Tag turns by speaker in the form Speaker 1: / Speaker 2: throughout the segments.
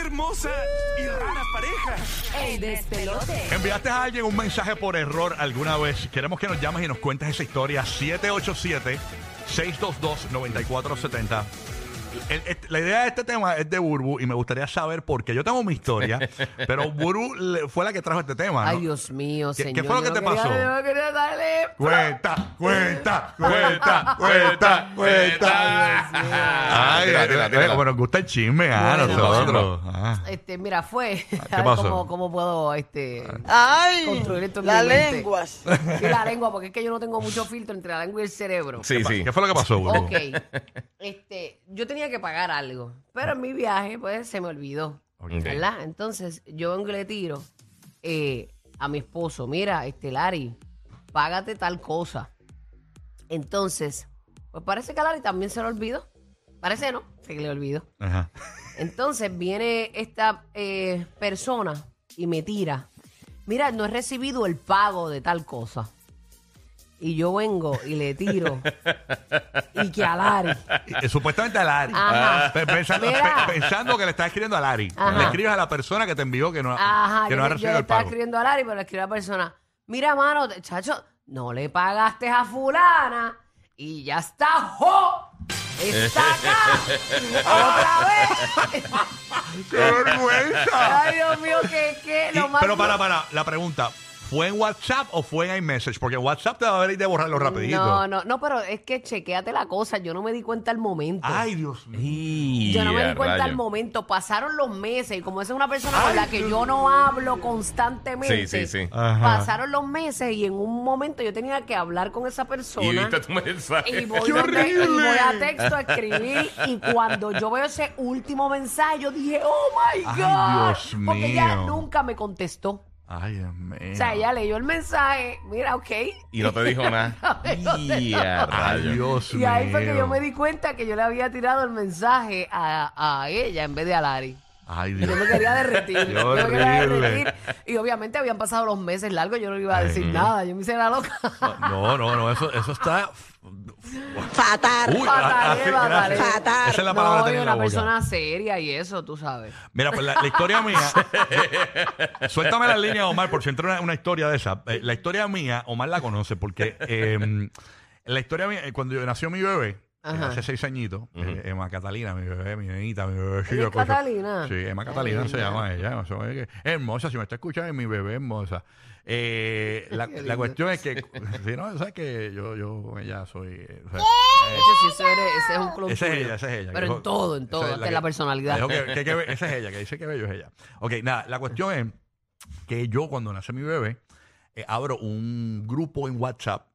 Speaker 1: hermosa y rara pareja.
Speaker 2: ¡Ey, despelote!
Speaker 3: ¿Enviaste a alguien un mensaje por error alguna vez? Queremos que nos llames y nos cuentes esa historia. 787-622-9470. El- el- la idea de este tema es de Burbu y me gustaría saber por qué. Yo tengo mi historia, pero Burbu le- fue la que trajo este tema. ¿no?
Speaker 2: Ay, Dios mío,
Speaker 3: ¿Qué-
Speaker 2: señor.
Speaker 3: qué fue lo
Speaker 2: yo
Speaker 3: que te
Speaker 2: no quería-
Speaker 3: pasó?
Speaker 2: yo no quería darle.
Speaker 3: Cuenta, cuenta, cuenta, cuenta, cuenta. Ay,
Speaker 4: Tírala,
Speaker 3: la-
Speaker 4: tírala,
Speaker 3: la-
Speaker 4: tírala.
Speaker 3: como nos gusta el chisme a
Speaker 2: Bueno.
Speaker 3: nosotros. Ah.
Speaker 2: Este, mira, fue.
Speaker 3: ¿Qué pasó?
Speaker 2: ¿Cómo, cómo puedo este, construir
Speaker 5: Ay,
Speaker 2: esto en
Speaker 5: las
Speaker 2: mi mente?
Speaker 5: lenguas.
Speaker 2: Sí, la lengua, porque es que yo no tengo mucho filtro entre la lengua y el cerebro.
Speaker 4: Sí, sí.
Speaker 3: ¿Qué fue lo que pasó, Burbu?
Speaker 2: Ok. Este, yo tenía que pagar algo, pero en mi viaje, pues, se me olvidó.
Speaker 3: Ok.
Speaker 2: ¿Verdad? Entonces, yo vengo y le tiro eh, a mi esposo, mira, este Lari, págate tal cosa. Entonces, pues parece que a Lari también se le olvidó. Parece, ¿no? Se le olvidó.
Speaker 3: Ajá.
Speaker 2: Entonces viene esta eh, persona y me tira. Mira, no he recibido el pago de tal cosa. Y yo vengo y le tiro. y que a Lari.
Speaker 3: Eh, Supuestamente a Lari.
Speaker 2: Ajá.
Speaker 3: Pe- Pensando,
Speaker 2: Mira.
Speaker 3: pe- pensando que le estás escribiendo a Lari.
Speaker 2: Ajá.
Speaker 3: Le escribes a la persona que te envió que no, ha-
Speaker 2: Ajá,
Speaker 3: que
Speaker 2: yo,
Speaker 3: no ha
Speaker 2: le- yo
Speaker 3: recibido
Speaker 2: le
Speaker 3: el
Speaker 2: estaba
Speaker 3: pago.
Speaker 2: escribiendo a Lari, pero le escribí a la persona. Mira, mano, te- chacho, no le pagaste a fulana. Y ya está, jo. Está acá. Otra vez.
Speaker 3: ¡Qué vergüenza!
Speaker 2: Ay, Dios mío, que, que
Speaker 3: Y-
Speaker 2: lo más
Speaker 3: pero para, para, la pregunta. ¿Fue en WhatsApp o fue en iMessage? Porque WhatsApp te va a venir de borrarlo rapidito.
Speaker 2: No, no, no, pero es que chequéate la cosa. Yo no me di cuenta al momento.
Speaker 3: Ay, Dios mío.
Speaker 2: yo no me di
Speaker 4: Ya,
Speaker 2: cuenta al
Speaker 4: rayo.
Speaker 2: momento. Pasaron los meses y como esa es una persona con
Speaker 3: Ay,
Speaker 2: la que
Speaker 3: Dios
Speaker 2: yo no hablo constantemente.
Speaker 4: Sí, sí, sí.
Speaker 3: Ajá.
Speaker 2: Pasaron los meses y en un momento yo tenía que hablar con esa persona.
Speaker 4: Y viste tu
Speaker 2: Y
Speaker 4: mensaje.
Speaker 2: voy,
Speaker 3: ¡Qué
Speaker 2: a,
Speaker 3: horrible!
Speaker 2: y voy a texto a escribir y cuando yo veo ese último mensaje yo dije, oh my
Speaker 3: Ay,
Speaker 2: God,
Speaker 3: Dios
Speaker 2: porque ella
Speaker 3: mío.
Speaker 2: nunca me contestó.
Speaker 3: Ay, Dios mío.
Speaker 2: O sea, ella leyó el mensaje, mira, ok.
Speaker 4: Y no te dijo nada. Ya,
Speaker 3: Ay,
Speaker 4: rayo.
Speaker 3: Dios mío.
Speaker 2: Y ahí fue que yo me di cuenta que yo le había tirado el mensaje a, a ella en vez de a Lari.
Speaker 3: Ay,
Speaker 2: Yo
Speaker 3: Dios
Speaker 2: me quería derretir.
Speaker 3: Qué
Speaker 2: yo me quería
Speaker 3: horrible.
Speaker 2: derretir. Y obviamente habían pasado los meses largos, yo no le iba a
Speaker 3: Ay. mm.
Speaker 2: decir nada. Yo me hice la loca.
Speaker 3: No, no, no, eso, eso está.
Speaker 5: Fatal.
Speaker 3: Uy,
Speaker 2: Fatal,
Speaker 3: así,
Speaker 2: fatal.
Speaker 3: gracias.
Speaker 5: Fatal.
Speaker 3: Esa es la palabra
Speaker 2: no,
Speaker 3: que
Speaker 2: y
Speaker 3: tenía en
Speaker 2: una
Speaker 3: la boca.
Speaker 2: persona seria y eso, tú sabes.
Speaker 3: Mira, pues la, la historia mía. suéltame la línea, Omar, por si entra una, una historia de esa. Eh, la historia mía, Omar la conoce, porque eh, la historia mía, eh, cuando yo- nació mi bebé, eh,
Speaker 2: Ajá.
Speaker 3: hace seis añitos, eh, Emma Catalina, mi bebé, mi nenita, mi bebé.
Speaker 2: ¿Ella es Catalina?
Speaker 3: Sí, Emma Catalina
Speaker 2: Ay,
Speaker 3: se
Speaker 2: linda.
Speaker 3: llama ella. o sea, es que- hermosa, si me está escuchando, es mi bebé hermosa. Eh, la,
Speaker 2: Qué
Speaker 3: la
Speaker 2: lindo.
Speaker 3: cuestión es que, si no, sabes que yo, yo, ella soy. eh, o sea, eh,
Speaker 2: Ese sí, ese, este, eres- ese es un club.
Speaker 3: esa es
Speaker 2: tuyo.
Speaker 3: ella, esa es ella.
Speaker 2: Pero
Speaker 3: Dijo-
Speaker 2: en todo, en todo,
Speaker 3: esa es
Speaker 2: hasta en la
Speaker 3: que-
Speaker 2: personalidad.
Speaker 3: dijo que- que- que be- esa es ella, que dice que bello es ella. Ok, nada, la cuestión es que yo cuando nace mi bebé, eh, abro un grupo en WhatsApp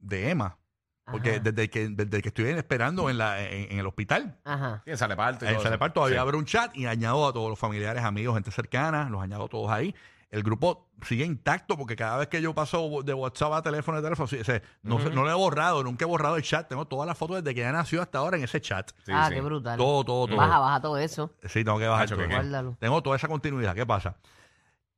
Speaker 3: de Emma. Porque
Speaker 2: Ajá.
Speaker 3: desde que, desde que estoy esperando en, la, en, en el hospital,
Speaker 2: Ajá.
Speaker 4: Sí, sale parto. y
Speaker 3: en
Speaker 4: todo
Speaker 3: San
Speaker 4: eso.
Speaker 3: Leparto, todavía
Speaker 4: Sí.
Speaker 3: abro un chat y añado a todos los familiares, amigos, gente cercana, los añado todos ahí. El grupo sigue intacto porque cada vez que yo paso de WhatsApp a teléfono a teléfono, sí, o sea, no, se- no lo he borrado, nunca he borrado el chat. Tengo todas las fotos desde que ya nació hasta ahora en ese chat.
Speaker 4: Sí,
Speaker 2: ah,
Speaker 4: sí.
Speaker 2: qué brutal.
Speaker 3: Todo, todo, todo.
Speaker 2: Baja, baja todo eso.
Speaker 3: Sí, tengo que bajar.
Speaker 4: Nacho,
Speaker 3: todo.
Speaker 4: ¿qué?
Speaker 2: Guárdalo.
Speaker 3: Tengo toda esa continuidad. ¿Qué pasa?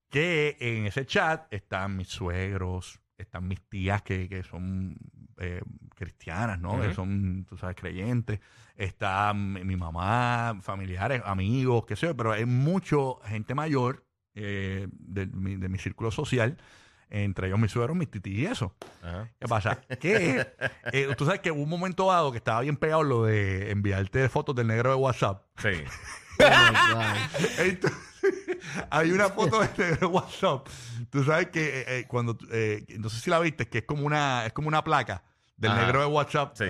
Speaker 3: Que en ese chat están mis suegros, están mis tías que, que son eh, cristianas, ¿no? Que
Speaker 4: Ujú.
Speaker 3: son, tú sabes, creyentes. Está mi, mi mamá, familiares, amigos, qué sé yo. Pero hay mucho gente mayor eh, de, mi, de mi círculo social. Entre ellos mis suegros, mis titis y eso.
Speaker 4: Ajá.
Speaker 3: ¿Qué pasa? Que eh, tú sabes que hubo un momento dado que estaba bien pegado lo de enviarte fotos del negro de WhatsApp.
Speaker 4: Sí.
Speaker 2: Oh
Speaker 3: Entonces, hay una foto de de WhatsApp. Tú sabes que eh, eh, cuando eh, no sé si la viste, que es como una es como una placa del
Speaker 4: Ajá.
Speaker 3: negro de WhatsApp.
Speaker 4: Sí.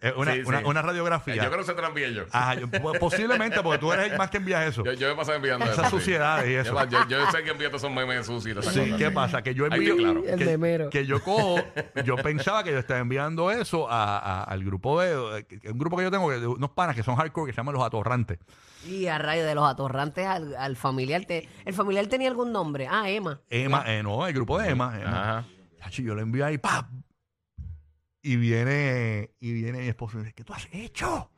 Speaker 3: Es una,
Speaker 4: Sí, sí.
Speaker 3: una- una radiografía.
Speaker 4: Yo creo que se te lo envié yo.
Speaker 3: Ajá, yo- po- posiblemente, porque tú eres el más que envías eso.
Speaker 4: Yo, yo me pasé enviando
Speaker 3: Esas
Speaker 4: eso, sí.
Speaker 3: suciedades y eso.
Speaker 4: Yo, yo- yo sé que envío todos esos memes sucios. y todas esas
Speaker 3: Sí,
Speaker 4: cosas,
Speaker 3: ¿qué
Speaker 4: sí.
Speaker 3: pasa? Que yo
Speaker 4: Ahí
Speaker 3: envío.
Speaker 4: estoy claro.
Speaker 2: El
Speaker 3: Que,
Speaker 2: memero.
Speaker 3: que yo cojo, yo pensaba que yo estaba enviando eso a- a- al grupo de. eh, Un grupo que yo tengo, que- de unos panas que son hardcore, que se llaman los atorrantes.
Speaker 2: Y a rayo de los atorrantes al, al familiar. te- el familiar tenía algún nombre. Ah, Emma.
Speaker 3: Emma, eh, no, el grupo de Emma. Emma.
Speaker 4: Ajá.
Speaker 3: Chacho, yo le envío ahí, ¡pap! Y viene, y viene mi esposo y dice, ¿qué tú has hecho?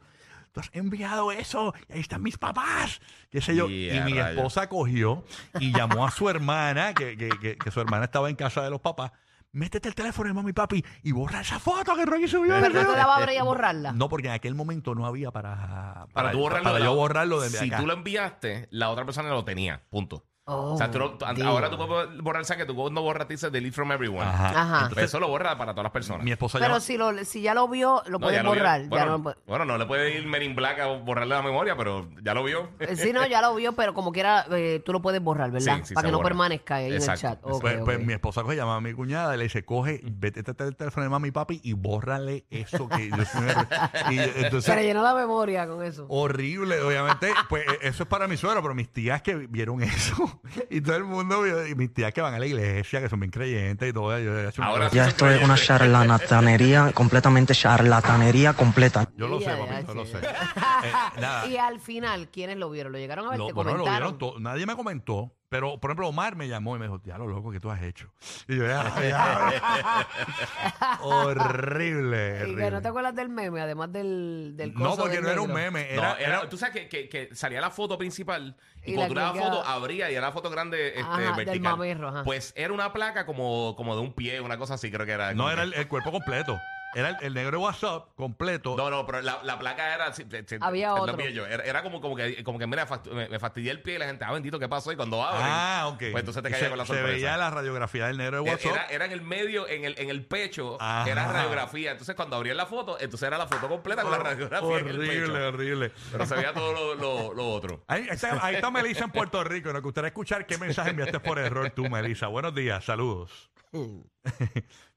Speaker 3: Tú has enviado eso, y ahí están mis papás, qué sé yo.
Speaker 4: Y a
Speaker 3: y mi
Speaker 4: rayos.
Speaker 3: esposa cogió y llamó a su hermana, que, que- que- que su hermana estaba en casa de los papás. métete el teléfono de mami y papi y borra esa foto que Rocky subió.
Speaker 2: Pero no te la va a abrir y a borrarla.
Speaker 3: No, porque en aquel momento no había para,
Speaker 4: Para, tú borrarlo.
Speaker 3: para
Speaker 4: la-
Speaker 3: yo borrarlo desde
Speaker 4: Si
Speaker 3: acá.
Speaker 4: tú lo enviaste, la otra persona lo tenía. Punto.
Speaker 2: Oh,
Speaker 4: o sea, tú no- tú-
Speaker 2: Dios.
Speaker 4: ahora tú puedes borrar, ¿sabes? Que tú cuando borras, te dice delete from everyone.
Speaker 3: Ajá.
Speaker 2: Ajá.
Speaker 4: Pero eso lo borra para todas las personas.
Speaker 3: Mi esposa
Speaker 2: Pero
Speaker 3: llama-
Speaker 2: si, lo, si ya lo vio, lo
Speaker 4: No,
Speaker 2: puedes
Speaker 4: ya lo vio.
Speaker 2: borrar. ya
Speaker 4: Bueno,
Speaker 2: no puede-
Speaker 4: bueno, no le puede ir Merin Black a borrarle la memoria, pero ya lo vio.
Speaker 2: Eh, Sí, no, ya lo vio, pero como quiera, eh, tú lo puedes borrar, ¿verdad?
Speaker 4: Sí, sí,
Speaker 2: Para
Speaker 4: se
Speaker 2: que no
Speaker 4: borra.
Speaker 2: permanezca ahí
Speaker 4: Exacto,
Speaker 2: en el chat.
Speaker 4: exacto.
Speaker 2: Ok,
Speaker 3: Pues, pues
Speaker 2: ok.
Speaker 3: mi esposa coge, llama a mi cuñada y le dice, coge, vete vete el teléfono de mami y papi y bórrale eso que yo y
Speaker 2: Se le
Speaker 3: entonces
Speaker 2: llenó la memoria con eso.
Speaker 3: horrible, obviamente, pues eh, eso es para mi suegro, pero mis tías que vieron eso y todo el mundo vio- y mis tías que van a la iglesia, que son bien creyentes y todo, yo, yo- yo-
Speaker 4: Ahora sí.
Speaker 6: Ya esto es una charlatanería, completamente charlatanería completa.
Speaker 3: yo lo sé,
Speaker 2: Ya,
Speaker 3: papi,
Speaker 2: ya,
Speaker 3: yo lo
Speaker 2: sí.
Speaker 3: sé. Eh, nada.
Speaker 2: Ah, Y al final, ¿quiénes lo vieron? ¿Lo llegaron a ver?
Speaker 3: Lo-
Speaker 2: ¿Te
Speaker 3: bueno, lo vieron
Speaker 2: comentaron?
Speaker 3: todo. Nadie me comentó, pero por ejemplo Omar me llamó y me dijo, ya lo loco que tú has hecho. Y yo, "Ya, ya". horrible.
Speaker 2: Y
Speaker 3: horrible.
Speaker 2: que no te acuerdas del meme, además del, del
Speaker 3: No,
Speaker 2: coso
Speaker 3: porque
Speaker 2: del
Speaker 3: no era un
Speaker 2: negro.
Speaker 3: meme.
Speaker 4: No,
Speaker 3: Era,
Speaker 4: era-
Speaker 3: era-
Speaker 4: tú sabes que, que- que salía la foto principal y,
Speaker 2: Y
Speaker 4: cuando
Speaker 2: la
Speaker 4: tú le dabas
Speaker 2: clicabas.
Speaker 4: foto abría y era la foto grande este,
Speaker 2: Ajá, del
Speaker 4: vertical.
Speaker 2: mamerro, ajá.
Speaker 4: Pues era una placa como, como de un pie, una cosa así, creo que era.
Speaker 3: no
Speaker 4: como
Speaker 3: era
Speaker 4: que-
Speaker 3: el, el cuerpo completo. Era el, el negro de WhatsApp completo.
Speaker 4: No, no, pero la, la placa era. sí, sí, sí,
Speaker 2: Había
Speaker 4: lo
Speaker 2: otro.
Speaker 4: vi yo. Era, era como, como que, como que mira, fastu- me, me fastidié el pie y la gente, ah, bendito, ¿qué pasó? Y cuando abre.
Speaker 3: ah, ok.
Speaker 4: Pues entonces te
Speaker 3: Y
Speaker 4: caía
Speaker 3: se,
Speaker 4: con la
Speaker 3: se
Speaker 4: sorpresa.
Speaker 3: veía la radiografía del negro de
Speaker 4: Era-
Speaker 3: WhatsApp.
Speaker 4: Eh, Era, era en el medio, en el, en el pecho,
Speaker 3: Ajá. Oh,
Speaker 4: era radiografía. Entonces, cuando abrían la foto, entonces era la foto completa con la radiografía en el
Speaker 3: horrible,
Speaker 4: pecho.
Speaker 3: horrible.
Speaker 4: Pero se veía todo lo, lo- lo otro.
Speaker 3: Ahí está, ahí está Melissa en Puerto Rico. Nos gustaría escuchar qué mensaje enviaste por error tú, Melissa. Buenos días, saludos.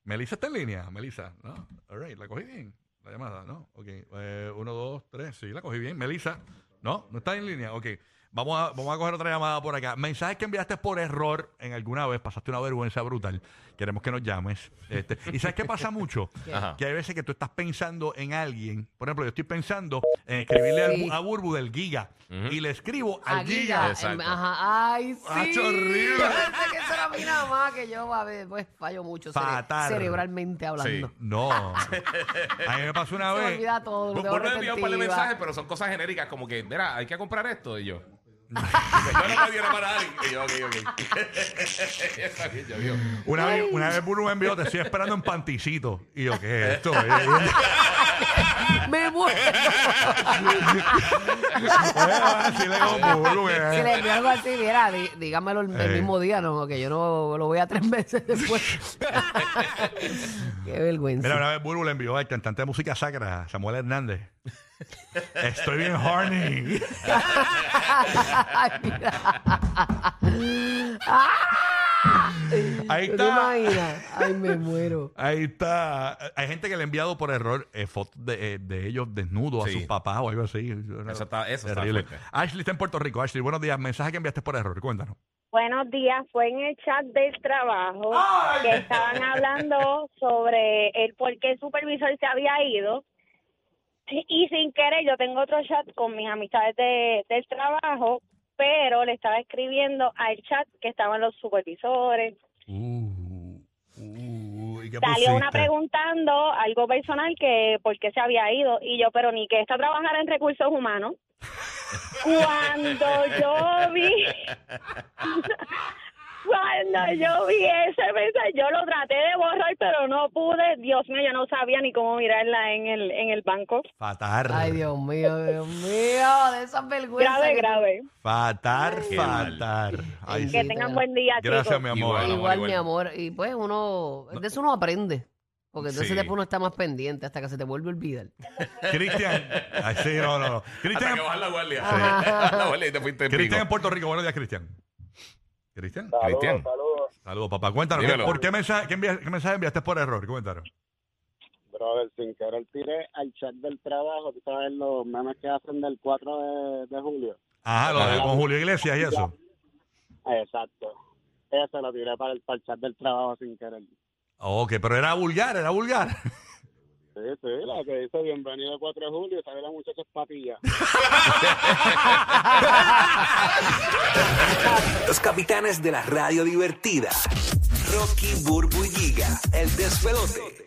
Speaker 3: Melissa está en línea, Melissa. No, all right, la cogí bien. La llamada, ¿no? Ok, eh, uno, dos, tres. Sí, la cogí bien. Melissa, no, no está en línea. Ok, vamos a, vamos a coger otra llamada por acá. Mensajes que enviaste por error en alguna vez, pasaste una vergüenza brutal. Queremos que nos llames. Este, ¿Y sabes qué pasa mucho?
Speaker 4: Ajá.
Speaker 3: Que hay veces que tú estás pensando en alguien. Por ejemplo, yo estoy pensando en escribirle al
Speaker 2: Sí.
Speaker 3: Bu- a Burbu del Giga y le escribo al Ah,
Speaker 2: Ah,
Speaker 3: Giga.
Speaker 2: Giga,
Speaker 4: Exacto.
Speaker 2: em, ajá. Ay, sí.
Speaker 3: Hacho, horrible.
Speaker 2: Yo pensé que eso era mi nada más, que yo, a ver, pues fallo mucho cere-
Speaker 3: Fatal.
Speaker 2: cerebralmente hablando.
Speaker 4: Sí.
Speaker 3: No. A mí me pasó una
Speaker 2: Se me
Speaker 3: vez.
Speaker 2: olvida todo. me
Speaker 4: Vu-
Speaker 2: tengo
Speaker 4: Vuelvo a enviar un par de
Speaker 2: retentiva.
Speaker 4: mensajes, pero son cosas genéricas, como que, mira, hay que comprar esto. Y yo. Dice, yo no me diera para nadie. Y yo, ok, ok. Está bien, ya vio.
Speaker 3: Una vez, una vez Bruno me envió, te estoy esperando en panticito. Y yo, ¿qué
Speaker 2: Eh.
Speaker 3: es esto? Eh,
Speaker 2: Me muero.
Speaker 3: Así le digo, eh, Burbu, ¿qué
Speaker 2: Si
Speaker 3: es?
Speaker 2: le envío algo así, mira, dí- dígamelo el, el
Speaker 3: Eh.
Speaker 2: mismo día, no, que yo no lo voy a tres veces después. Qué vergüenza.
Speaker 3: Mira, una vez Burbu le envió al cantante de música sacra, Samuel Hernández. Estoy bien horny.
Speaker 2: Ay, mira. ¡Ah!
Speaker 3: Ahí
Speaker 2: ¿Tú te
Speaker 3: está.
Speaker 2: imaginas? Ay, me muero.
Speaker 3: Ahí está. Hay gente que le ha enviado por error eh, fotos de, eh, de ellos desnudos a
Speaker 4: Sí.
Speaker 3: sus papás o algo así.
Speaker 4: Eso está- eso está
Speaker 3: Terrible.
Speaker 4: fuerte.
Speaker 3: Ashley está en Puerto Rico. Ashley, buenos días. Mensaje que enviaste por error. Cuéntanos.
Speaker 7: Buenos días, fue en el chat del trabajo que estaban hablando sobre el por qué el supervisor se había ido. Y sin querer, yo tengo otro chat con mis amistades de- del trabajo, pero le estaba escribiendo al chat que estaban los supervisores.
Speaker 3: Uh, uh, ¿y qué
Speaker 7: Salió una
Speaker 3: pusiste?
Speaker 7: preguntando algo personal que por qué se había ido. Y yo, pero ni que está trabajar en recursos humanos. Cuando yo vi. Cuando yo vi ese mensaje, yo lo traté de borrar, pero no pude. Dios mío, yo no sabía ni cómo mirarla en el, en el banco.
Speaker 3: Fatar.
Speaker 2: Ay, Dios mío, Dios mío, de esas vergüenzas.
Speaker 7: Grave,
Speaker 2: que-
Speaker 7: grave.
Speaker 3: Fatar,
Speaker 4: Qué mal.
Speaker 3: fatar. Ay,
Speaker 2: Sí,
Speaker 7: Que
Speaker 3: sí.
Speaker 7: tengan buen día,
Speaker 3: Gracias,
Speaker 7: chicos.
Speaker 3: mi amor.
Speaker 4: Igual.
Speaker 2: Igual, mi
Speaker 4: igual.
Speaker 2: amor. Y pues uno, de eso uno aprende. Porque entonces
Speaker 4: Sí.
Speaker 2: después uno está más pendiente hasta que se te vuelve a olvidar.
Speaker 3: Cristian. Ay, sí, no, no, no.
Speaker 4: Hasta
Speaker 3: Cristian.
Speaker 4: que bajar la guardia.
Speaker 3: Sí.
Speaker 4: la guardia y te fuiste en
Speaker 3: Cristian
Speaker 4: pico.
Speaker 3: en Puerto Rico. Buenos días, Cristian. Cristian.
Speaker 4: Cristian.
Speaker 8: Saludos.
Speaker 3: Saludos, papá. Cuéntanos.
Speaker 4: Dímelo.
Speaker 3: ¿Por qué mensaje, qué envia- qué mensaje enviaste por error? Cuéntanos.
Speaker 8: Brother, sin querer tiré al chat del trabajo, tú sabes los memes que hacen del 4 de, de julio.
Speaker 3: Ajá, lo
Speaker 4: Ah.
Speaker 3: de
Speaker 8: Ajá.
Speaker 3: con Julio Iglesias y eso.
Speaker 8: Exacto. Eso lo tiré para el, para el chat del trabajo sin querer.
Speaker 3: Ok, pero era vulgar, era vulgar.
Speaker 8: Sí, sí, la que dice bienvenido 4 de julio, sale la muchacha espatilla.
Speaker 9: Los capitanes de la radio divertida. Rocky Burbu y Giga, el despelote.